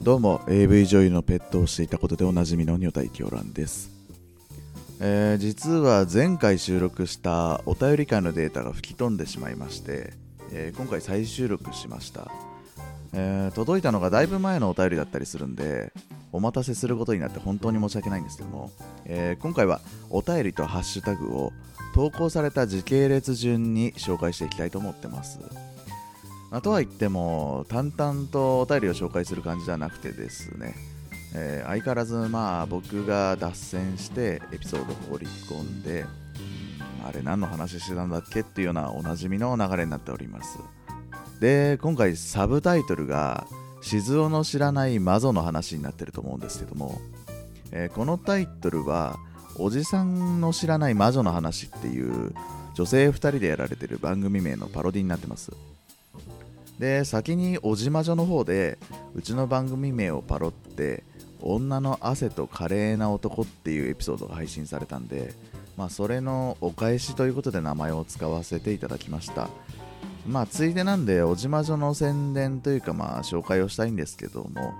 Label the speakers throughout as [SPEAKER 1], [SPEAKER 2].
[SPEAKER 1] どうも AV 女優のペットをしていたことでおなじみの女体狂乱です、えー実は前回収録したお便り会のデータが吹き飛んでしまいまして、えー今回再収録しました、えー届いたのがだいぶ前のお便りだったりするんでお待たせすることになって本当に申し訳ないんですけども、えー今回はお便りとハッシュタグを投稿された時系列順に紹介していきたいと思ってますまあ、とは言っても淡々とお便りを紹介する感じじゃなくてですね、えー相変わらずまあ僕が脱線してエピソードを放り込んでうんあれ何の話してたんだっけっていうようなおなじみの流れになっておりますで今回サブタイトルが「静雄の知らない魔女の話」になってると思うんですけども、えーこのタイトルは「おじさんの知らない魔女の話」っていう女性2人でやられてる番組名のパロディになってますで先におじまじょの方でうちの番組名をパロって女の汗と華麗な男っていうエピソードが配信されたんで、まあ、それのお返しということで名前を使わせていただきましたまあついでなんでおじまじょの宣伝というかまあ紹介をしたいんですけども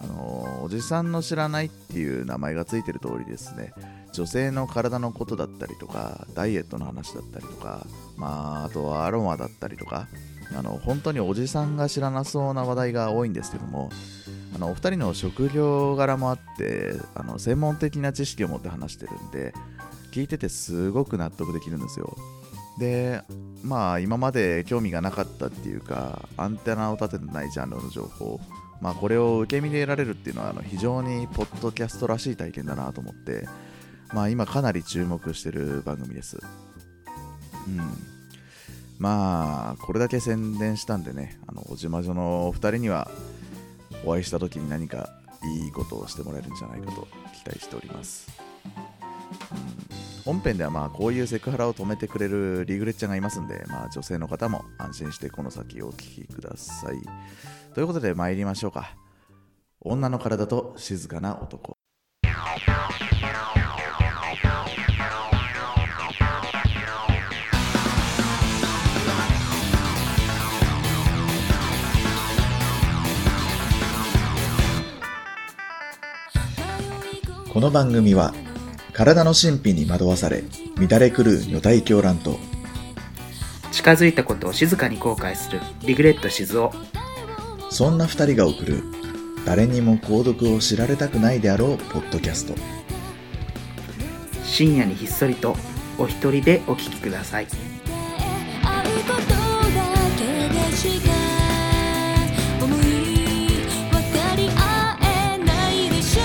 [SPEAKER 1] あのおじさんの知らないっていう名前がついてる通りですね女性の体のことだったりとかダイエットの話だったりとか、まあ、あとはアロマだったりとかあの本当におじさんが知らなそうな話題が多いんですけどもあのお二人の職業柄もあってあの専門的な知識を持って話してるんで聞いててすごく納得できるんですよでまあ今まで興味がなかったっていうかアンテナを立ててないジャンルの情報まあこれを受け身で得られるっていうのはあの非常にポッドキャストらしい体験だなと思ってまあ今かなり注目してる番組ですうんまあこれだけ宣伝したんでねあのおじまじょのお二人にはお会いした時に何かいいことをしてもらえるんじゃないかと期待しております、うん、本編ではまあこういうセクハラを止めてくれるリグレッチャーがいますんで、まあ、女性の方も安心してこの先お聞きくださいということで参りましょうか女の体と静かな男
[SPEAKER 2] この番組は
[SPEAKER 1] 体の神秘に惑わされ乱れ狂う女体狂乱と
[SPEAKER 2] 近づいたことを静かに後悔するリグレット静雄
[SPEAKER 1] そんな2人が送る誰にも購読を知られたくないであろうポッドキャスト
[SPEAKER 2] 深夜にひっそりとお一人でお聞きください
[SPEAKER 3] 会うことだけでしか思い渡り合えないでしょ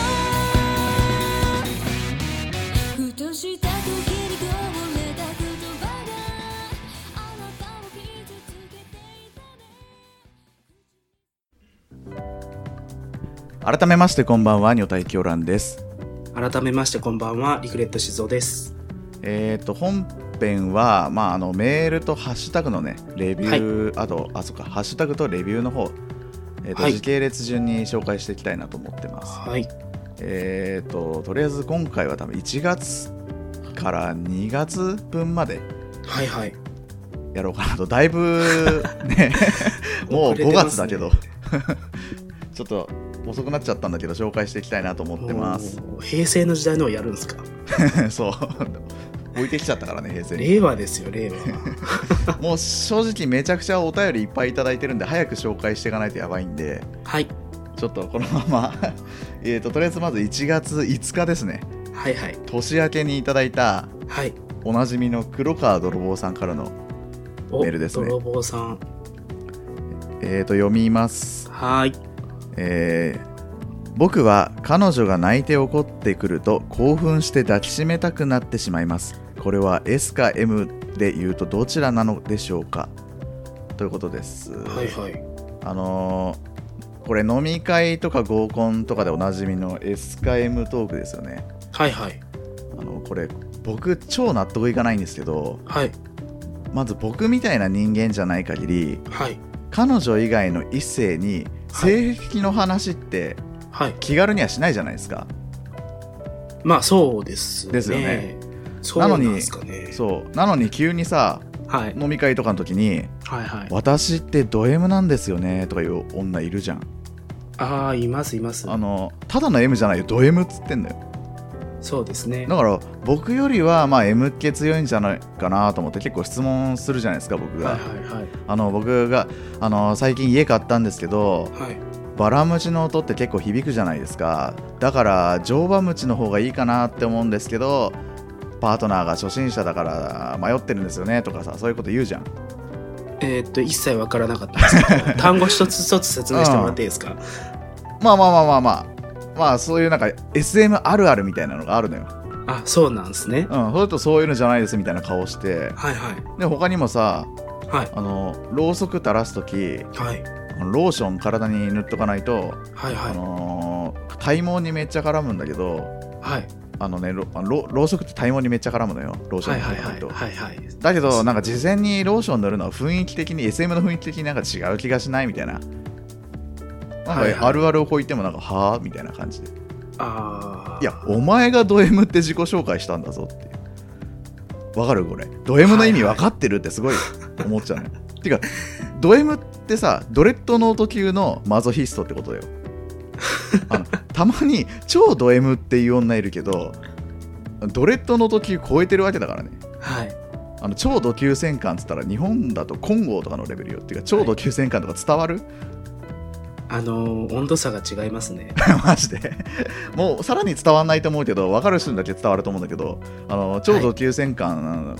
[SPEAKER 3] ふとした時にこぼれた言葉があなたを傷つけていた
[SPEAKER 1] 改めましてこんばんは女体狂乱です
[SPEAKER 2] 改めましてこんばんはリグレット静雄です
[SPEAKER 1] えっ、と本編は、まあ、あのメールとハッシュタグのねレビュー、あとあそっかハッシュタグとレビューの方、えーと
[SPEAKER 2] はい
[SPEAKER 1] 時系列順に紹介していきたいなと思ってます
[SPEAKER 2] はい
[SPEAKER 1] えっ、ととりあえず今回は多分1月から2月分まで
[SPEAKER 2] はいはい
[SPEAKER 1] やろうかなとだいぶねもう5月だけど、 ちょっと遅くなっちゃったんだけど紹介していきたいなと思ってます
[SPEAKER 2] もう平成の時代のをやるんですか
[SPEAKER 1] そう置いてきちゃったからね平成に
[SPEAKER 2] 令和ですよ 令和
[SPEAKER 1] もう正直めちゃくちゃお便りいっぱいいただいてるんで早く紹介していかないとやばいんで
[SPEAKER 2] はい
[SPEAKER 1] ちょっとこのまま えーととりあえずまず1月5日ですね
[SPEAKER 2] はいはい
[SPEAKER 1] 年明けにいただいた
[SPEAKER 2] はい
[SPEAKER 1] おなじみの黒川泥棒さんからの、
[SPEAKER 2] お
[SPEAKER 1] メールですね
[SPEAKER 2] 泥棒さん
[SPEAKER 1] えー、と読みます
[SPEAKER 2] はーい
[SPEAKER 1] えー僕は彼女が泣いて怒ってくると興奮して抱きしめたくなってしまいますこれは S か M で言うとどちらなのでしょうかということです、
[SPEAKER 2] はいはい
[SPEAKER 1] あのーこれ飲み会とか合コンとかでおなじみの S か M トークですよね
[SPEAKER 2] はいはい
[SPEAKER 1] あのこれ僕超納得いかないんですけど
[SPEAKER 2] はい
[SPEAKER 1] まず僕みたいな人間じゃない限り
[SPEAKER 2] はい
[SPEAKER 1] 彼女以外の異性に性癖の話って
[SPEAKER 2] はい
[SPEAKER 1] 気軽にはしないじゃないですか、
[SPEAKER 2] まあそうですね
[SPEAKER 1] ですよね
[SPEAKER 2] そうなんですかね
[SPEAKER 1] そうなのに急にさ
[SPEAKER 2] はい
[SPEAKER 1] 飲み会とかの時に
[SPEAKER 2] はいは
[SPEAKER 1] 「
[SPEAKER 2] い
[SPEAKER 1] 私ってド M なんですよね」とかいう女いるじゃん
[SPEAKER 2] ああいますいます
[SPEAKER 1] あのただの M じゃないよド M っつってんだよ
[SPEAKER 2] そうですね
[SPEAKER 1] だから僕よりはまあ M 系強いんじゃないかなと思って結構質問するじゃないですか僕が、
[SPEAKER 2] はいはいはい
[SPEAKER 1] あの僕があの最近家買ったんですけど
[SPEAKER 2] はい
[SPEAKER 1] バラムチの音って結構響くじゃないですかだから乗馬ムチの方がいいかなって思うんですけどパートナーが初心者だから迷ってるんですよねとかさそういうこと言うじゃん
[SPEAKER 2] えーっと一切わからなかったんです けど単語一つ一つ説明してもらっていいですか、
[SPEAKER 1] まあまあまあまあまあまあそういうなんか SM あるあるみたいなのがあるのよ
[SPEAKER 2] あそうなんですね
[SPEAKER 1] うんそれとそういうのじゃないですみたいな顔して
[SPEAKER 2] はいはい
[SPEAKER 1] で他にもさ
[SPEAKER 2] はい
[SPEAKER 1] あのろうそく垂らす時
[SPEAKER 2] はい
[SPEAKER 1] あのローション体に塗っとかないと、
[SPEAKER 2] はい
[SPEAKER 1] あ
[SPEAKER 2] は
[SPEAKER 1] のー体毛にめっちゃ絡むんだけど
[SPEAKER 2] いはい
[SPEAKER 1] あのねろあのろろうそくって体毛にめっちゃ絡むのよローショ
[SPEAKER 2] はい
[SPEAKER 1] ン塗
[SPEAKER 2] は
[SPEAKER 1] っ
[SPEAKER 2] い
[SPEAKER 1] とかないと、
[SPEAKER 2] はいはい
[SPEAKER 1] だけどなんか事前にローション塗るのは雰囲気的に SM の雰囲気的になんか違う気がしないみたいななん
[SPEAKER 2] はいはい
[SPEAKER 1] かあるあるをこう言ってもなんかはあみたいな感じで
[SPEAKER 2] ああ
[SPEAKER 1] いやお前がド M って自己紹介したんだぞっていうわかるこれド M の意味分かってるってすごい思っちゃうね、てかド M ってさドレッドノート級のマゾヒストってことだよあのたまに超ド M っていう女いるけどドレッドノート級超えてるわけだからね
[SPEAKER 2] はい
[SPEAKER 1] あの超ド級戦艦っつったら日本だと金剛とかのレベルよっていうか超ド級戦艦とか伝わる、
[SPEAKER 2] あのー温度差が違います ね
[SPEAKER 1] マジでもうさらに伝わんないと思うけど分かる人にだけ伝わると思うんだけどあの超ド級戦艦、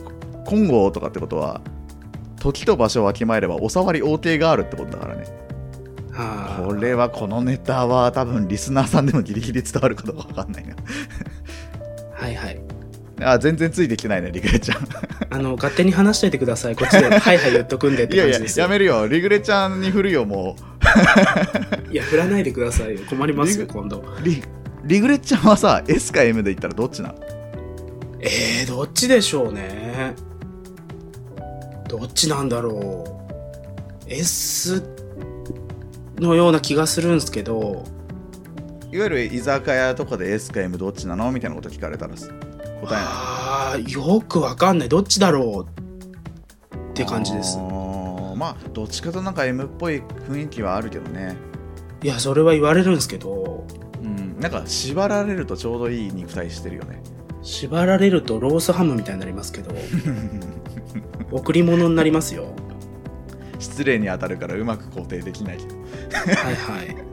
[SPEAKER 1] 金剛とかってことは時と場所をわきまえればおさわり OK があるってことだからね
[SPEAKER 2] あ
[SPEAKER 1] これはこのネタは多分リスナーさんでもギリギリ伝わるかどうか分かんない
[SPEAKER 2] あはいはい
[SPEAKER 1] なあ全然ついてきてないねリクレちゃ ん
[SPEAKER 2] あの勝手に話しといてくださいこっちではいはい言っとくんでっ
[SPEAKER 1] い
[SPEAKER 2] て
[SPEAKER 1] や
[SPEAKER 2] 感
[SPEAKER 1] いや
[SPEAKER 2] じですよ
[SPEAKER 1] や
[SPEAKER 2] いや
[SPEAKER 1] めるよリグレちゃんに振るよもう
[SPEAKER 2] 振らないでくださいよ困りますよ
[SPEAKER 1] リ
[SPEAKER 2] 今度
[SPEAKER 1] リリグレちゃんはさ S か M で言ったらどっちなの
[SPEAKER 2] えー、どっちでしょうねどっちなんだろう S のような気がするんですけど
[SPEAKER 1] いわゆる居酒屋とかで S か M どっちなのみたいなこと聞かれたらす答えない
[SPEAKER 2] あーよくわかんないどっちだろうって感じです
[SPEAKER 1] あーまあどっちかとなんか M っぽい雰囲気はあるけどね
[SPEAKER 2] いやそれは言われるんですけど
[SPEAKER 1] うんなんか縛られるとちょうどいい肉体してるよね
[SPEAKER 2] 縛られるとロースハムみたいになりますけど贈り物になりますよ
[SPEAKER 1] 失礼に当たるからうまく肯定できないけど
[SPEAKER 2] はいはい。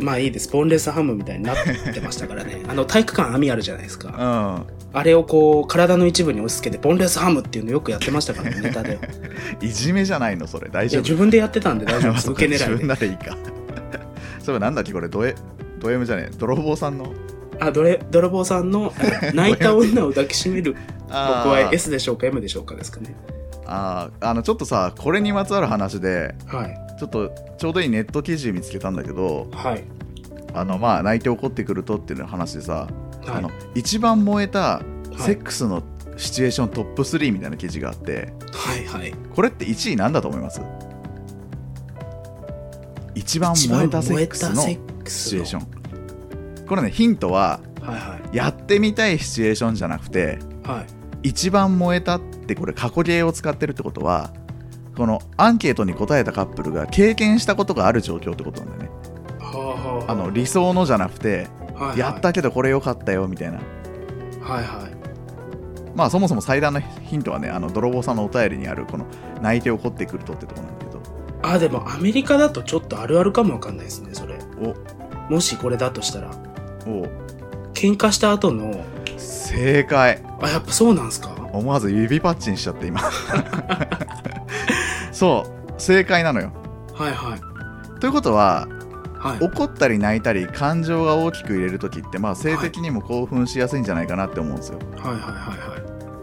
[SPEAKER 2] まあいいです。ボンレスハムみたいになってましたからね。あの、体育館網あるじゃないです
[SPEAKER 1] う
[SPEAKER 2] か。
[SPEAKER 1] ん
[SPEAKER 2] あれをこう、体の一部に押し付けて、ボンレスハムっていうのよくやってましたから ね、ネタで。
[SPEAKER 1] いじめじゃないのそれ大
[SPEAKER 2] いや、
[SPEAKER 1] 丈夫
[SPEAKER 2] 自分でやってたんで大丈夫で す。
[SPEAKER 1] そう
[SPEAKER 2] 受け
[SPEAKER 1] 自
[SPEAKER 2] 狙い
[SPEAKER 1] 分
[SPEAKER 2] で。
[SPEAKER 1] ならいいかそういえばなんだっけこれドエド M じゃねえ泥棒さんの
[SPEAKER 2] あ、どれ、泥棒さんの、 あの泣いた女を抱きしめる、
[SPEAKER 1] 僕
[SPEAKER 2] 僕は S でしょうか、M でしょうかですかね。
[SPEAKER 1] あーあのちょっとさこれにまつわる話で
[SPEAKER 2] はい。
[SPEAKER 1] ちょっとちょうどいいネット記事見つけたんだけど
[SPEAKER 2] はい。
[SPEAKER 1] あのまあ泣いて怒ってくるとっていう話でさ、
[SPEAKER 2] は
[SPEAKER 1] あ
[SPEAKER 2] い
[SPEAKER 1] の。一番燃えた
[SPEAKER 2] い
[SPEAKER 1] セックスのシチュエーショントップ3みたいな記事があって
[SPEAKER 2] はいはい。
[SPEAKER 1] これって1位なんだと思います一番燃えたセックスのシ
[SPEAKER 2] ック
[SPEAKER 1] チュエーシ
[SPEAKER 2] ョ
[SPEAKER 1] ョンこれねヒントは
[SPEAKER 2] ン。はいはい。
[SPEAKER 1] やってみたいシチュエーションじゃなくて
[SPEAKER 2] はい。
[SPEAKER 1] 一番燃えたってこれ過去形を使ってるってことはこのアンケートに答えたカップルが経験したことがある状況ってことなんだよね
[SPEAKER 2] はあは
[SPEAKER 1] あの理想のじゃなくて
[SPEAKER 2] あはいはい
[SPEAKER 1] やったけどこれ良かったよみたいな
[SPEAKER 2] はいはい。
[SPEAKER 1] まあそもそも最大のヒントはねあの泥棒さんのお便りにあるこの泣いて怒ってくるとってとこなんだけ
[SPEAKER 2] あ、でもアメリカだとちょっとあるあるかもわかんないですね、それ。
[SPEAKER 1] ど
[SPEAKER 2] もしこれだとしたら
[SPEAKER 1] おお
[SPEAKER 2] 喧嘩した後の
[SPEAKER 1] 正解
[SPEAKER 2] あやっぱそうなんすか
[SPEAKER 1] 思わず指パッチンしちゃって今 そう正解なのよ
[SPEAKER 2] はいはい
[SPEAKER 1] ということは
[SPEAKER 2] はい
[SPEAKER 1] 怒ったり泣いたり感情が大きく揺れる時ってまあ性的にも興奮しやすいんじゃないかなって思うんですよ、
[SPEAKER 2] はいはいはいは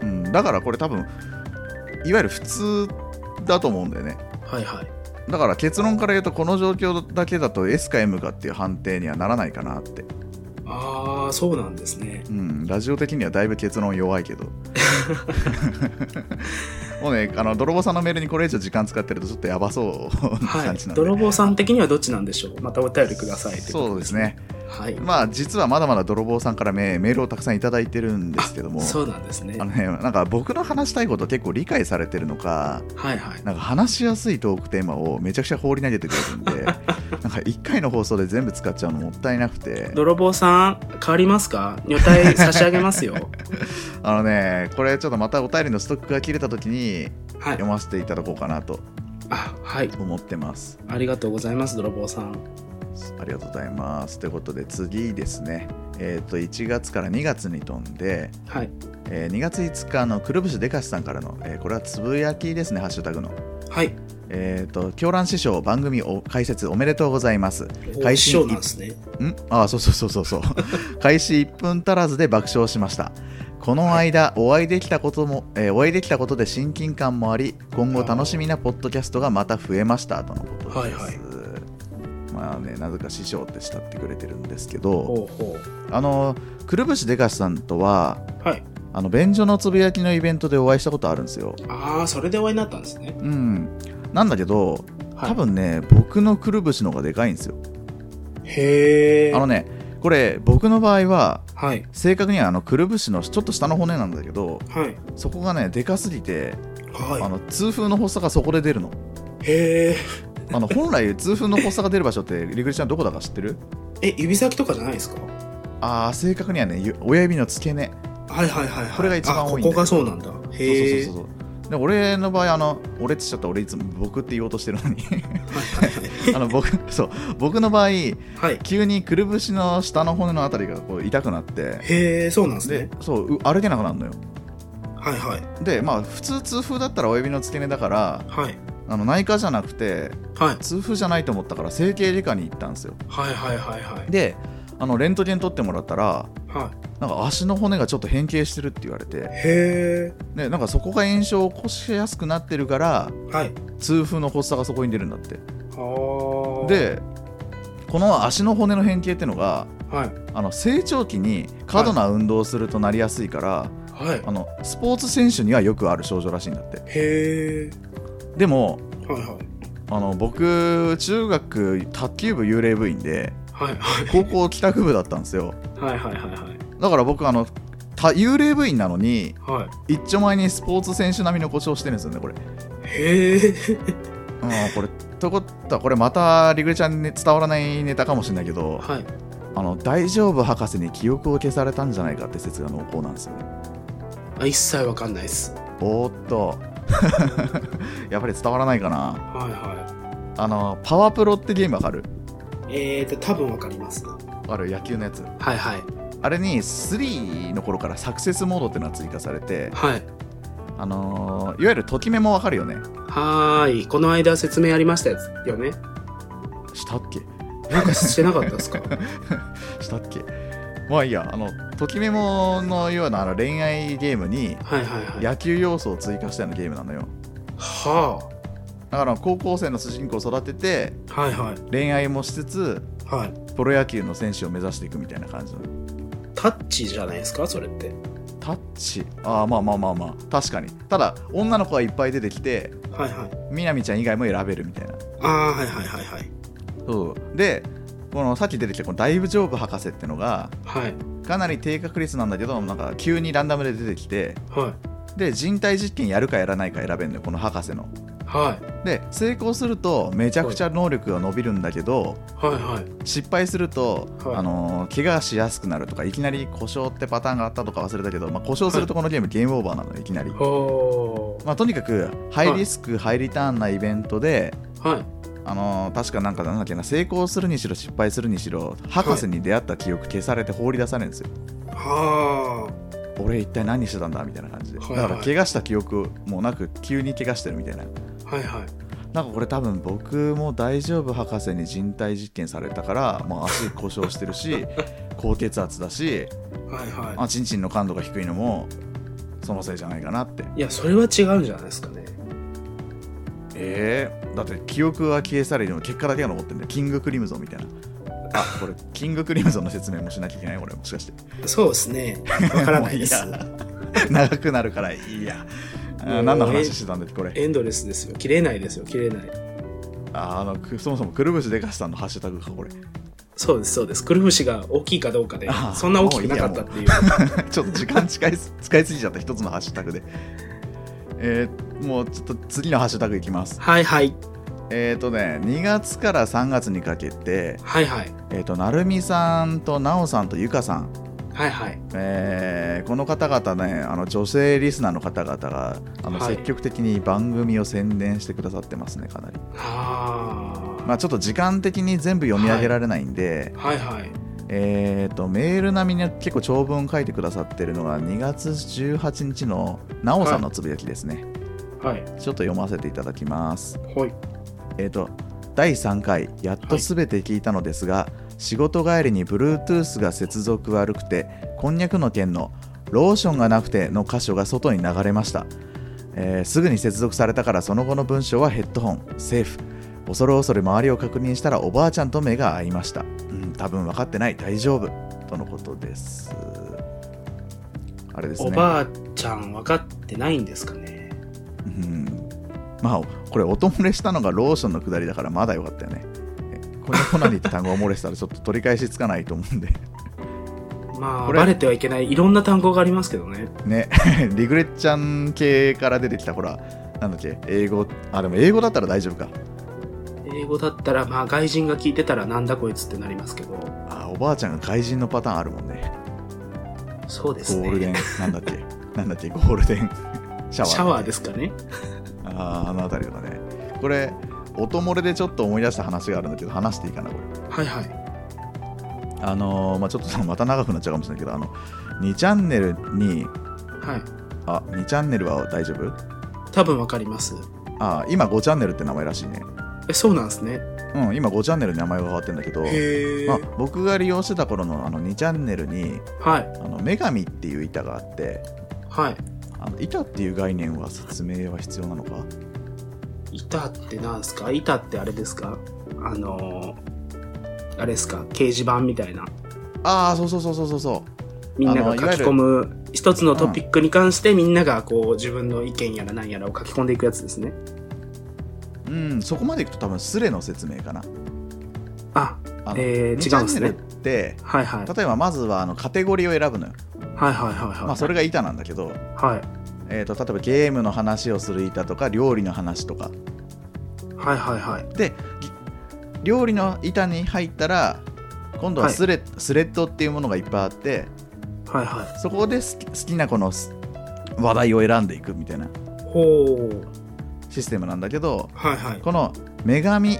[SPEAKER 1] うん、だからこれ多分いわゆる普通だと思うんだよね
[SPEAKER 2] いはいはい
[SPEAKER 1] だから結論から言うとこの状況だけだと S か M かっていう判定にはならないかなって
[SPEAKER 2] ああそうなんですね
[SPEAKER 1] うん、ラジオ的にはだいぶ結論弱い けどもうねあの泥棒さんのメールにこれ以上時間使ってるとちょっとやばそうな
[SPEAKER 2] は
[SPEAKER 1] 感
[SPEAKER 2] い
[SPEAKER 1] じなんで、
[SPEAKER 2] 泥棒さん的にはどっちなんでしょうまたお便りくださいってこと
[SPEAKER 1] そうですね
[SPEAKER 2] はい
[SPEAKER 1] まあ実はまだまだ泥棒さんからメメールをたくさんいただいてるんですけども
[SPEAKER 2] そうなんですね
[SPEAKER 1] あのねなんか僕の話したいこと結構理解されてるのか
[SPEAKER 2] はいはい
[SPEAKER 1] なんか話しやすいトークテーマをめちゃくちゃ放り投げてくれるんでなんかか1回の放送で全部使っちゃうのもったいなくて
[SPEAKER 2] 泥棒さん変わりますか女体差し上げま すよ
[SPEAKER 1] あのねこれちょっとまたお便りのストックが切れた時に
[SPEAKER 2] はい
[SPEAKER 1] 読ませていただこうかなと
[SPEAKER 2] あはい
[SPEAKER 1] 思ってます
[SPEAKER 2] ありがとうございます泥棒さん
[SPEAKER 1] ありがとうございますということで次ですねえっ、と1月から2月に飛んで、
[SPEAKER 2] はい
[SPEAKER 1] え2月5日のくるぶしでかしさんからの、えーこれはつぶやきですねハッシュタグの
[SPEAKER 2] はい
[SPEAKER 1] えっ、と狂乱師匠番組お解説おめでとうございます
[SPEAKER 2] お
[SPEAKER 1] 開
[SPEAKER 2] 師
[SPEAKER 1] 始
[SPEAKER 2] 匠なんですね
[SPEAKER 1] んあそうそうそうそうそう 開始1分足らずで爆笑しましたこの間、お会いできたことも、えーお会いできたことで親近感もあり今後楽しみなポッドキャストがまた増えましたとのことです、
[SPEAKER 2] はいはい
[SPEAKER 1] まあねなぜか師匠って慕ってくれてるんですけど
[SPEAKER 2] ほうほ
[SPEAKER 1] あのくるぶしでかしさんとは
[SPEAKER 2] うはい
[SPEAKER 1] あの便所のつぶやきのイベントでお会いしたことあるんですよ
[SPEAKER 2] ああそれでお会いになったんですね
[SPEAKER 1] うんなんだけど
[SPEAKER 2] はい
[SPEAKER 1] 多分ね、僕のくるぶしの方がでかいんですよ
[SPEAKER 2] へえ
[SPEAKER 1] あのねこれ僕の場合は
[SPEAKER 2] はい
[SPEAKER 1] 正確にはあのくるぶしのちょっと下の骨なんだけど
[SPEAKER 2] はい
[SPEAKER 1] そこがねでかすぎて、あ
[SPEAKER 2] は
[SPEAKER 1] の痛風の発作がそこで出るの
[SPEAKER 2] いへえ
[SPEAKER 1] あ の本来痛風の発作が出る場所ってリグリちゃんどこだか知ってる
[SPEAKER 2] え指先とかじゃないですか
[SPEAKER 1] ああ正確にはねゆ親指の付け根
[SPEAKER 2] はいはいはいはい
[SPEAKER 1] これが一番多いんだよ
[SPEAKER 2] あここがそうなんだへえ
[SPEAKER 1] そうそうそうそうで俺の場合あの俺って言っちゃった俺いつも僕って言おうとしてる のにあの僕そう僕の場合
[SPEAKER 2] はい
[SPEAKER 1] 急にくるぶしの下の骨のあたりがこう痛くなって
[SPEAKER 2] へえそうなんです
[SPEAKER 1] で
[SPEAKER 2] ね
[SPEAKER 1] そうう歩けなくなるのよ
[SPEAKER 2] はいはい
[SPEAKER 1] でまあ普通痛風だったら親指の付け根だから
[SPEAKER 2] はい
[SPEAKER 1] あの内科じゃなくて
[SPEAKER 2] はい
[SPEAKER 1] 痛風じゃないと思ったから整形外科に行ったんですよ
[SPEAKER 2] はいはいはいはい
[SPEAKER 1] であのレントゲン取ってもらったら
[SPEAKER 2] は
[SPEAKER 1] なんか足の骨がちょっと変形してるって言われ
[SPEAKER 2] い
[SPEAKER 1] て
[SPEAKER 2] へ
[SPEAKER 1] でなんかそこが炎症を起こしやすくなってるから
[SPEAKER 2] えはい
[SPEAKER 1] 痛風の発作がそこに出るんだって
[SPEAKER 2] はあ
[SPEAKER 1] でこの足の骨の変形ってのが
[SPEAKER 2] はい
[SPEAKER 1] あの成長期に過度な運動をするとなりやすいから、
[SPEAKER 2] はい
[SPEAKER 1] あのスポーツ選手にはよくある症状らしいんだって
[SPEAKER 2] へえ
[SPEAKER 1] でも
[SPEAKER 2] はいはい
[SPEAKER 1] あの僕中学卓球部幽霊部員で
[SPEAKER 2] はいはい
[SPEAKER 1] 高校帰宅部だったんですよ
[SPEAKER 2] はいはいはいはい
[SPEAKER 1] だから僕あのた幽霊部員なのに
[SPEAKER 2] は
[SPEAKER 1] 一丁前にスポーツ選手並みの故障してるんですよねこれ、うん、
[SPEAKER 2] いへえ
[SPEAKER 1] これということはこれまたリグレちゃんに伝わらないネタかもしれないけど
[SPEAKER 2] はい
[SPEAKER 1] あの大丈夫博士に記憶を消されたんじゃないかって説が濃厚なんですよね
[SPEAKER 2] あ一切わかんないです
[SPEAKER 1] おーっと やっぱり伝わらないかな
[SPEAKER 2] はいは
[SPEAKER 1] あのパワープロってゲームわかる
[SPEAKER 2] いえーと多分わかりますは
[SPEAKER 1] ある野球のやつ
[SPEAKER 2] いはい
[SPEAKER 1] あれに3の頃からサクセスモードってのが追加されて
[SPEAKER 2] はい
[SPEAKER 1] あのーいわゆるときめもわかるよね
[SPEAKER 2] はーいこの間説明ありましたよね
[SPEAKER 1] したっけ
[SPEAKER 2] なんかしてなかったです か
[SPEAKER 1] したっけまあいいやあのときメモのようなあの恋愛ゲームに
[SPEAKER 2] はいはいはい
[SPEAKER 1] 野球要素を追加したようなゲームなのよ
[SPEAKER 2] は
[SPEAKER 1] だから高校生の主人公を育てて
[SPEAKER 2] あはいはい
[SPEAKER 1] 恋愛もしつつ
[SPEAKER 2] はい
[SPEAKER 1] プロ野球の選手を目指していくみたいな感じの
[SPEAKER 2] タッチじゃないですかそれって
[SPEAKER 1] タッチああまあまあまあまあ確かにただ女の子がいっぱい出てきて
[SPEAKER 2] はいはい
[SPEAKER 1] みなみちゃん以外も選べるみたいな
[SPEAKER 2] ああはいはいはいはい
[SPEAKER 1] そうでこのさっき出てきたこの大丈夫博士ってのが
[SPEAKER 2] はい
[SPEAKER 1] かなり低確率なんだけどなんか急にランダムで出てきて
[SPEAKER 2] は
[SPEAKER 1] で人体実験やるかやらないか選べるのよこの博士の
[SPEAKER 2] いはい
[SPEAKER 1] で成功するとめちゃくちゃ能力が伸びるんだけど
[SPEAKER 2] はいはい
[SPEAKER 1] 失敗すると、
[SPEAKER 2] はい
[SPEAKER 1] あのー怪我しやすくなるとかいきなり故障ってパターンがあったとか忘れたけど、まあ、故障するとこのゲーム、ゲームオーバーなのよいきなり、
[SPEAKER 2] は
[SPEAKER 1] まあ、とにかくハイリスク、ハイリターンなイベントで、
[SPEAKER 2] あはい
[SPEAKER 1] あのー確かなんかなんだっけな成功するにしろ失敗するにしろ博士に出会った記憶消されて放り出されるんですよ、
[SPEAKER 2] は
[SPEAKER 1] 俺一体何してたんだみたいな感じで、
[SPEAKER 2] はいはい
[SPEAKER 1] だから怪我した記憶もなく急に怪我してるみたいな
[SPEAKER 2] あはいはい
[SPEAKER 1] なんかこれ多分僕も大丈夫博士に人体実験されたから、まあ、足故障してる し高血圧だし、
[SPEAKER 2] はいはい
[SPEAKER 1] まあ、チンチンの感度が低いのもそのせいじゃないかなって
[SPEAKER 2] いやそれは違うんじゃないですかね
[SPEAKER 1] えー、だって記憶は消え去りでも結果だけが残ってるんだよキングクリムゾンみたいなあこれキングクリムゾンの説明もしなきゃいけない俺もしかして
[SPEAKER 2] そうですねわからない で す
[SPEAKER 1] もうい長くなるからいいやあ
[SPEAKER 2] も
[SPEAKER 1] ー
[SPEAKER 2] う
[SPEAKER 1] 何の話してたんだっけこれ
[SPEAKER 2] エンドレスですよ切れないですよ切れない
[SPEAKER 1] あーあのくそもそもくるぶしでかしさんのハッシュタグかこれ
[SPEAKER 2] そうですそうですくるぶしが大きいかどうかで
[SPEAKER 1] あー
[SPEAKER 2] そんな大きくなかったっていう
[SPEAKER 1] ちょっと時間近いす使いすぎちゃった一つのハッシュタグでえー、もうちょっと次のハッシュタグいきます
[SPEAKER 2] はいはい
[SPEAKER 1] えっ、とね2月から3月にかけて、
[SPEAKER 2] はいはい。
[SPEAKER 1] えー、となるみさんとなおさんとゆかさん、
[SPEAKER 2] はいはい。
[SPEAKER 1] えーこの方々ねあの女性リスナーの方々があの、
[SPEAKER 2] はい
[SPEAKER 1] 積極的に番組を宣伝してくださってますねかなり、
[SPEAKER 2] あー
[SPEAKER 1] まあ、ちょっと時間的に全部読み上げられないんで、
[SPEAKER 2] はいはい。
[SPEAKER 1] えー、とメール並みに結構長文書いてくださってるのが2月18日のなおさんのつぶやきですね、
[SPEAKER 2] はい。
[SPEAKER 1] ちょっと読ませていただきます
[SPEAKER 2] ほい。
[SPEAKER 1] えっ、と第3回やっとすべて聞いたのですが、仕事帰りに Bluetooth が接続悪くてこんにゃくの件の「ローションがなくて」の箇所が外に流れました、えーすぐに接続されたからその後の文章はヘッドホンセーフ恐る恐る周りを確認したらおばあちゃんと目が合いましたうん多分分かってない大丈夫とのことですあれですね
[SPEAKER 2] おばあちゃん分かってないんですかね。
[SPEAKER 1] うんまあこれ音漏れしたのがローションの下りだからまだよかったよねえこれコナニーって単語が漏れしたらちょっと取り返しつかないと思うんで
[SPEAKER 2] まあ、
[SPEAKER 1] これ
[SPEAKER 2] バレてはいけない。いろんな単語がありますけどね。
[SPEAKER 1] ね リグレッちゃん系から出てきたほらなんだっけ英語あでも英語だったら大丈夫か
[SPEAKER 2] 英語だったら、まあ、外人が聞いてたらなんだこいつってなりますけど。
[SPEAKER 1] あおばあちゃんが外人のパターンあるもんね
[SPEAKER 2] そうです
[SPEAKER 1] ゴ
[SPEAKER 2] ね。
[SPEAKER 1] ールデンなんだっけなんだっけゴールデン シャワー
[SPEAKER 2] シャワーですかね。
[SPEAKER 1] あーあの辺りとかねこれ音漏れでちょっと思い出した話があるんだけど話していいかなこれ
[SPEAKER 2] はいはい。
[SPEAKER 1] あのーまあ、ちょっとまた長くなっちゃうかもしれないけどあの2チャンネルに
[SPEAKER 2] はい。
[SPEAKER 1] あ2チャンネルは大丈夫
[SPEAKER 2] 多分分かります。
[SPEAKER 1] あ今5チャンネルって名前らしいね
[SPEAKER 2] え、そうなんですね。
[SPEAKER 1] うん今5チャンネルに名前が変わってんだけど、
[SPEAKER 2] へえ。
[SPEAKER 1] まあ、僕が利用してた頃のあの2チャンネルに
[SPEAKER 2] はい
[SPEAKER 1] あの女神っていう板があって
[SPEAKER 2] はい。
[SPEAKER 1] あの板っていう概念は説明は必要なのか
[SPEAKER 2] 板ってなんですか板ってあれですかあのーあれですか掲示板みたいな。
[SPEAKER 1] ああそうそうそうそうそうそう
[SPEAKER 2] みんな
[SPEAKER 1] あの
[SPEAKER 2] が
[SPEAKER 1] いわ
[SPEAKER 2] 書
[SPEAKER 1] ゆ
[SPEAKER 2] き
[SPEAKER 1] る
[SPEAKER 2] 込む、一つのトピックに関してみんながこう自分の意見やら何やらを書き込んでいくやつですね。
[SPEAKER 1] うんそこまでいくと多分スレの説明かな
[SPEAKER 2] あ、
[SPEAKER 1] あの、
[SPEAKER 2] えー、
[SPEAKER 1] 2
[SPEAKER 2] 違
[SPEAKER 1] チャ
[SPEAKER 2] う
[SPEAKER 1] ン
[SPEAKER 2] ん
[SPEAKER 1] ネ
[SPEAKER 2] です
[SPEAKER 1] ルっ
[SPEAKER 2] ね。
[SPEAKER 1] て
[SPEAKER 2] はいはい。はい
[SPEAKER 1] 例えばまずはあのカテゴリーを選ぶのよ、
[SPEAKER 2] はいはいはい。
[SPEAKER 1] まあ、それが板なんだけど、
[SPEAKER 2] はい。
[SPEAKER 1] えー、と例えばゲームの話をする板とか料理の話とか
[SPEAKER 2] はいはいはい。
[SPEAKER 1] でぎ料理の板に入ったら今度はスレ,、スレッドっていうものがいっぱいあって
[SPEAKER 2] はいは。
[SPEAKER 1] そこで好き好きなこのす話題を選んでいくみたいない
[SPEAKER 2] ほう。
[SPEAKER 1] システムなんだけど
[SPEAKER 2] はいはい。
[SPEAKER 1] この女神っ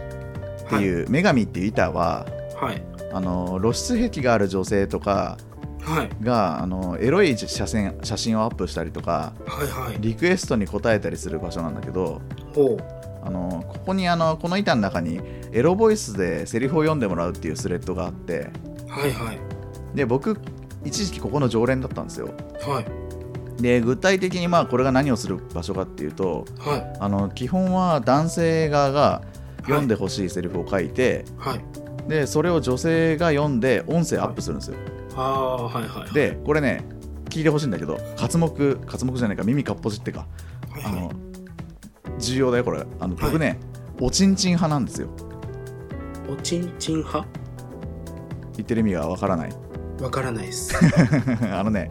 [SPEAKER 1] ていう、女神っていう板は
[SPEAKER 2] はい。
[SPEAKER 1] あの露出癖がある女性とか
[SPEAKER 2] はい。
[SPEAKER 1] があのエロい写真写真をアップしたりとか
[SPEAKER 2] はいはい。
[SPEAKER 1] リクエストに応えたりする場所なんだけど
[SPEAKER 2] ほう。
[SPEAKER 1] あのここにあのこの板の中にエロボイスでセリフを読んでもらうっていうスレッドがあって
[SPEAKER 2] はいはい。
[SPEAKER 1] で僕一時期ここの常連だったんですよ
[SPEAKER 2] はい。
[SPEAKER 1] で具体的にまあこれが何をする場所かっていうと
[SPEAKER 2] はい。
[SPEAKER 1] あの基本は男性側が読んでほしいセリフを書いて、
[SPEAKER 2] はい。
[SPEAKER 1] でそれを女性が読んで音声アップするんですよ、
[SPEAKER 2] ああ、はいはい。、
[SPEAKER 1] でこれね聞いてほしいんだけど活目活目じゃないか耳かっぽじってか
[SPEAKER 2] はい
[SPEAKER 1] あ
[SPEAKER 2] はい
[SPEAKER 1] の、重要だよこれあの僕ね、おちんちん派なんですよ
[SPEAKER 2] おちんちん派
[SPEAKER 1] 言ってる意味がわからない
[SPEAKER 2] わからないです。
[SPEAKER 1] あのね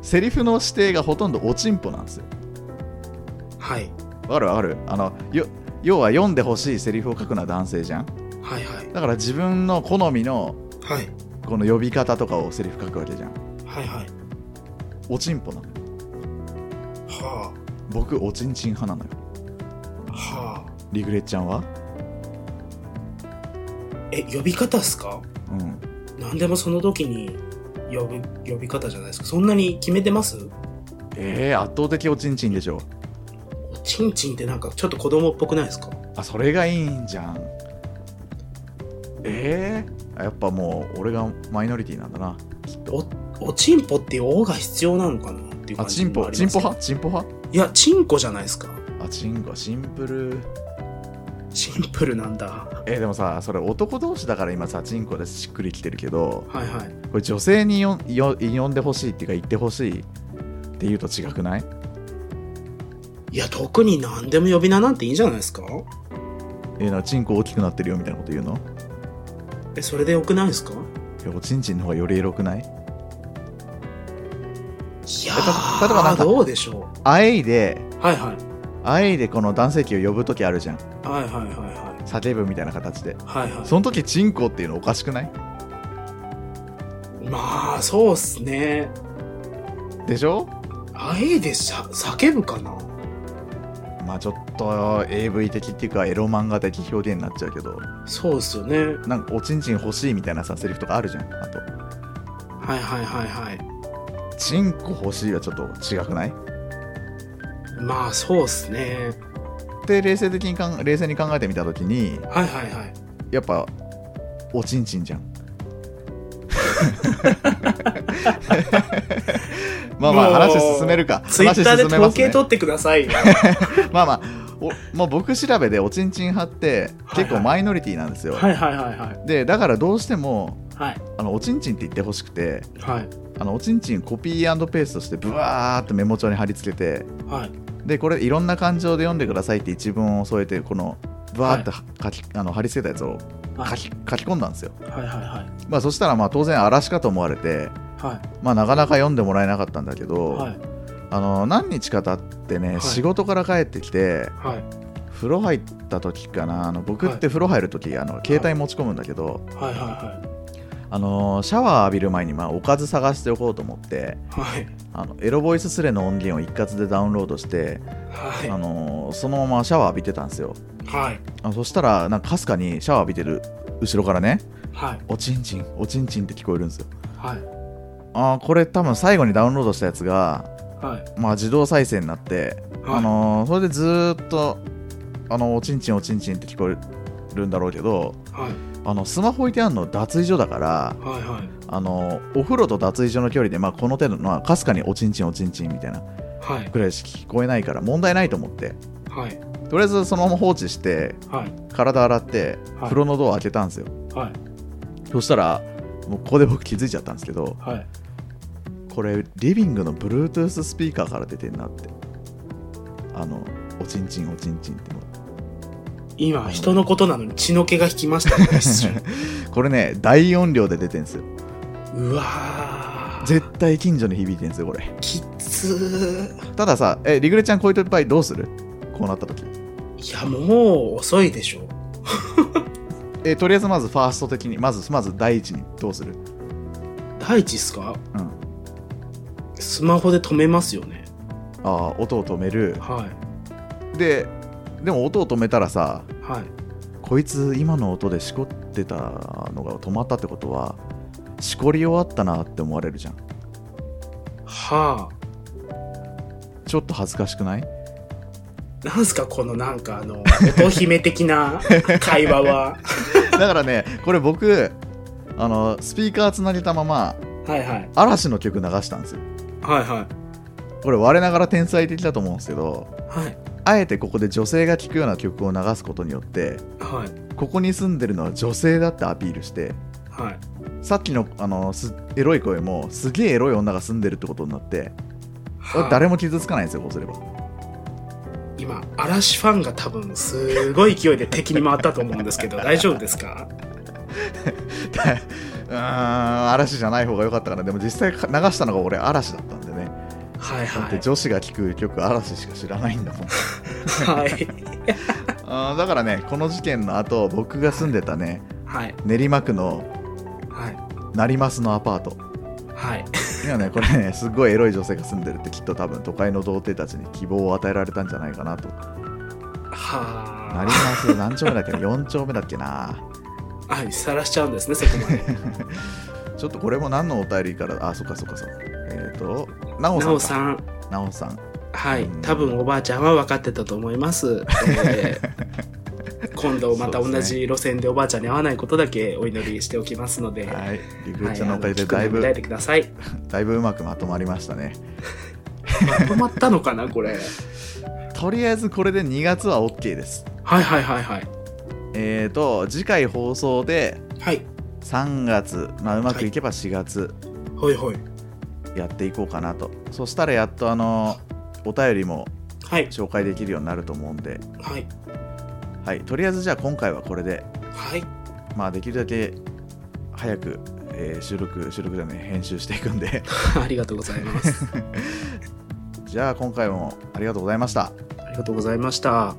[SPEAKER 1] セリフの指定がほとんどおちんぽなんですよ
[SPEAKER 2] はい。
[SPEAKER 1] わかるわかるあのよ要は読んでほしいセリフを書くのは男性じゃん
[SPEAKER 2] はいはい。
[SPEAKER 1] だから自分の好みの
[SPEAKER 2] はい。
[SPEAKER 1] この呼び方とかをセリフ書くわけじゃん
[SPEAKER 2] はいはい。
[SPEAKER 1] おちんぽなの
[SPEAKER 2] は
[SPEAKER 1] 僕おちんちん派なのよ
[SPEAKER 2] あ。はあ。
[SPEAKER 1] リグレッちゃんは
[SPEAKER 2] え、呼び方っすか
[SPEAKER 1] うん
[SPEAKER 2] 何でもその時に呼ぶ、呼び方じゃないですか。そんなに決めてます
[SPEAKER 1] えー、圧倒的おちんちんでしょ
[SPEAKER 2] おちんちんってなんかちょっと子供っぽくないですか
[SPEAKER 1] あそれがいいんじゃんえー、やっぱもう俺がマイノリティなんだな
[SPEAKER 2] お、おちんぽっていう王が必要なのかなっていう
[SPEAKER 1] あ
[SPEAKER 2] 感
[SPEAKER 1] チ
[SPEAKER 2] じ
[SPEAKER 1] ン
[SPEAKER 2] も
[SPEAKER 1] ポ
[SPEAKER 2] あり
[SPEAKER 1] チン
[SPEAKER 2] ます
[SPEAKER 1] ポ派チンポ派
[SPEAKER 2] いや、チンコじゃないですか。
[SPEAKER 1] あチンコシンプル
[SPEAKER 2] シンプルなんだ。は
[SPEAKER 1] えー、でもさそれ男同士だから今さチンコでしっくりきてるけど
[SPEAKER 2] いはい。
[SPEAKER 1] これ女性によよ呼んでほしいっていうか言ってほしいっていうと違くない
[SPEAKER 2] いや、特に何でも呼び名なんていいんじゃないですか
[SPEAKER 1] えー、なんかチンコ大きくなってるよみたいなこと言うの
[SPEAKER 2] え、それでよくないですか
[SPEAKER 1] いやおちんちんの方がよりエロくない
[SPEAKER 2] いや
[SPEAKER 1] えた例えばなん
[SPEAKER 2] ー、
[SPEAKER 1] か
[SPEAKER 2] どうでしょ
[SPEAKER 1] あえいで
[SPEAKER 2] う。はいはい。
[SPEAKER 1] あえいでこの男性器を呼ぶ時あるじゃん
[SPEAKER 2] はいはいはいはい
[SPEAKER 1] 叫ぶみたいな形で
[SPEAKER 2] はいは
[SPEAKER 1] その時チンコっていうのおかしくない
[SPEAKER 2] い。まあ、そうっすね。
[SPEAKER 1] でしょ
[SPEAKER 2] あえいでしゃ叫ぶかな
[SPEAKER 1] まあちょっと AV 的っていうかエロ漫画的表現になっちゃうけど
[SPEAKER 2] そうっすよね。はい
[SPEAKER 1] なんかおちんちん欲しいみたいなさセリフとかあるじゃんあと
[SPEAKER 2] はいはいはい。
[SPEAKER 1] チンコ欲しいはちょっと違くない
[SPEAKER 2] まあ、そうっすね。
[SPEAKER 1] で冷静的にかん冷静に考えてみた時に
[SPEAKER 2] はいはいはい。
[SPEAKER 1] やっぱおちんち んじゃんまあまあ話進めるか
[SPEAKER 2] ツイッターで
[SPEAKER 1] 話進めま
[SPEAKER 2] 統
[SPEAKER 1] すね
[SPEAKER 2] 計取ってくださいよ。
[SPEAKER 1] まあまあおまあ僕調べでおちんちん派って結構マイノリティなんですよ、
[SPEAKER 2] はいはいはいはい。
[SPEAKER 1] でだからどうしても
[SPEAKER 2] はい。
[SPEAKER 1] あのおちんちんって言ってほしくて
[SPEAKER 2] はい。
[SPEAKER 1] あのおちんちんコピーペーストしてブワーっとメモ帳に貼り付けて
[SPEAKER 2] はい。
[SPEAKER 1] でこれいろんな感情で読んでくださいって一文を添えてこのブワーって書き、あの貼り付けたやつを書き書き込んだんですよ、
[SPEAKER 2] はいはいは
[SPEAKER 1] まあ、そしたらまあ当然嵐かと思われて、
[SPEAKER 2] い。は
[SPEAKER 1] まあ、なかなか読んでもらえなかったんだけど、
[SPEAKER 2] い。はい。
[SPEAKER 1] あの何日か経ってね、
[SPEAKER 2] はい
[SPEAKER 1] 仕事から帰ってきて
[SPEAKER 2] はい。
[SPEAKER 1] 風呂入った時かなあの僕って風呂入る時あの携帯持ち込むんだけど、
[SPEAKER 2] はいはいはい。
[SPEAKER 1] あのシャワー浴びる前にまあおかず探しておこうと思って
[SPEAKER 2] はい。
[SPEAKER 1] あのエロボイススレの音源を一括でダウンロードして、
[SPEAKER 2] はい。
[SPEAKER 1] あのそのままシャワー浴びてたんですよ
[SPEAKER 2] はい。
[SPEAKER 1] あそしたらなんかかすかにシャワー浴びてる後ろからね
[SPEAKER 2] はい。
[SPEAKER 1] おちんちんおちんちんって聞こえるんですよ
[SPEAKER 2] はい。
[SPEAKER 1] あーこれ多分最後にダウンロードしたやつが、
[SPEAKER 2] はい。
[SPEAKER 1] まあ、自動再生になって、
[SPEAKER 2] はい
[SPEAKER 1] あのーそれでずーっとあのおちんちんおちんちんって聞こえるんだろうけど
[SPEAKER 2] はい。
[SPEAKER 1] あのスマホ置いてあるの脱衣所だから、
[SPEAKER 2] はい。はい。
[SPEAKER 1] あのーお風呂と脱衣所の距離で、まあ、この程度のまあかすかにおちんちんおちんちんみたいな
[SPEAKER 2] はい。
[SPEAKER 1] くらいしか聞こえないから問題ないと思って
[SPEAKER 2] はい。
[SPEAKER 1] とりあえずそのまま放置して
[SPEAKER 2] はい。
[SPEAKER 1] 体洗って
[SPEAKER 2] はい
[SPEAKER 1] 風呂のドア開けたんですよ、
[SPEAKER 2] はい。
[SPEAKER 1] そしたらもうここで僕気づいちゃったんですけど
[SPEAKER 2] はい。
[SPEAKER 1] これリビングの Bluetooth スピーカーから出てんなってあのおちんちんおちんちんっての
[SPEAKER 2] 今、人のことなのに血の気が引き ましたね一瞬。
[SPEAKER 1] これね大音量で出てんすよ
[SPEAKER 2] うわー。
[SPEAKER 1] 絶対近所に響いてんすよこれ
[SPEAKER 2] きつー。
[SPEAKER 1] たださえリグレちゃんこういうといっぱいどうするこうなった時
[SPEAKER 2] いや、もう遅いでしょ。
[SPEAKER 1] えとりあえずまずファースト的にまずまず第一にどうする
[SPEAKER 2] 第一っすか
[SPEAKER 1] うん
[SPEAKER 2] スマホで止めますよね。
[SPEAKER 1] ああ音を止める
[SPEAKER 2] はい。
[SPEAKER 1] ででも音を止めたらさ
[SPEAKER 2] はい。
[SPEAKER 1] こいつ今の音でしこってたのが止まったってことはしこり終わったなって思われるじゃん
[SPEAKER 2] は
[SPEAKER 1] ちょっと恥ずかしくない
[SPEAKER 2] あ。なんすかこのなんかあの、乙姫的な会話は。
[SPEAKER 1] だからねこれ僕あのスピーカーつなげたまま
[SPEAKER 2] はいはい。
[SPEAKER 1] 嵐の曲流したんですよ
[SPEAKER 2] はいは
[SPEAKER 1] これ我ながら天才的だと思うんですけど
[SPEAKER 2] い。はい。
[SPEAKER 1] あえてここで女性が聴くような曲を流すことによって
[SPEAKER 2] はい。
[SPEAKER 1] ここに住んでるのは女性だってアピールして
[SPEAKER 2] はい。
[SPEAKER 1] さっきのあのすエロい声もすげえエロい女が住んでるってことになってこれ
[SPEAKER 2] はあ
[SPEAKER 1] 誰も傷つかないんですよこうすれば
[SPEAKER 2] 今、嵐ファンが多分、すごい勢いで敵に回ったと思うんです けど、大丈夫ですか
[SPEAKER 1] うーん嵐じゃない方が良かったかなでも実際か流したのが俺嵐だったんでね、
[SPEAKER 2] はい
[SPEAKER 1] だっ
[SPEAKER 2] は
[SPEAKER 1] て
[SPEAKER 2] い。
[SPEAKER 1] 女子が聴く曲嵐しか知らないんだもん
[SPEAKER 2] はい。
[SPEAKER 1] あーだからねこの事件の後僕が住んでたね
[SPEAKER 2] はい。
[SPEAKER 1] 練馬区の
[SPEAKER 2] はい。
[SPEAKER 1] 成増のアパート
[SPEAKER 2] はい。
[SPEAKER 1] 今ねこれねすごいエロい女性が住んでるってきっと多分都会の童貞たちに希望を与えられたんじゃないかなと成
[SPEAKER 2] は
[SPEAKER 1] 増何丁目だっけ4丁目だっけな
[SPEAKER 2] あ。はい。さらしちゃうんですね、そこまで。
[SPEAKER 1] ちょっとこれも何のお便りからあそっかそっかそっかえっ、ー、となお
[SPEAKER 2] な
[SPEAKER 1] さん
[SPEAKER 2] お
[SPEAKER 1] か
[SPEAKER 2] さん。
[SPEAKER 1] なおさん
[SPEAKER 2] はい。多分、おばあちゃんは分かってたと思います。え ー今度また同じ路線でおばあちゃんに会わないことだけお祈りしておきますので、
[SPEAKER 1] はいリク
[SPEAKER 2] は
[SPEAKER 1] ル
[SPEAKER 2] い
[SPEAKER 1] ちゃんのおかげで
[SPEAKER 2] あの
[SPEAKER 1] だい
[SPEAKER 2] 聞くの
[SPEAKER 1] ぶ
[SPEAKER 2] を鍛えてください。
[SPEAKER 1] だいぶうまくまとまりましたね
[SPEAKER 2] まとまったのかな、これ。
[SPEAKER 1] とりあえずこれで2月は OK です
[SPEAKER 2] はいはいはいはい。
[SPEAKER 1] えっ、ー、と次回放送で
[SPEAKER 2] はい。
[SPEAKER 1] 3月、まあ、うまくいけば4月
[SPEAKER 2] ほいほい。
[SPEAKER 1] やっていこうかなと、そしたらやっとあのお便りも
[SPEAKER 2] はい。
[SPEAKER 1] 紹介できるようになると思うんで、
[SPEAKER 2] はい。
[SPEAKER 1] はい、とりあえずじゃあ今回はこれで、
[SPEAKER 2] はい。
[SPEAKER 1] まあ、できるだけ早く、えー収録収録じゃねえ編集していくんで
[SPEAKER 2] ありがとうござい ます。
[SPEAKER 1] じゃあ今回もありがとうございました
[SPEAKER 2] ありがとうございました。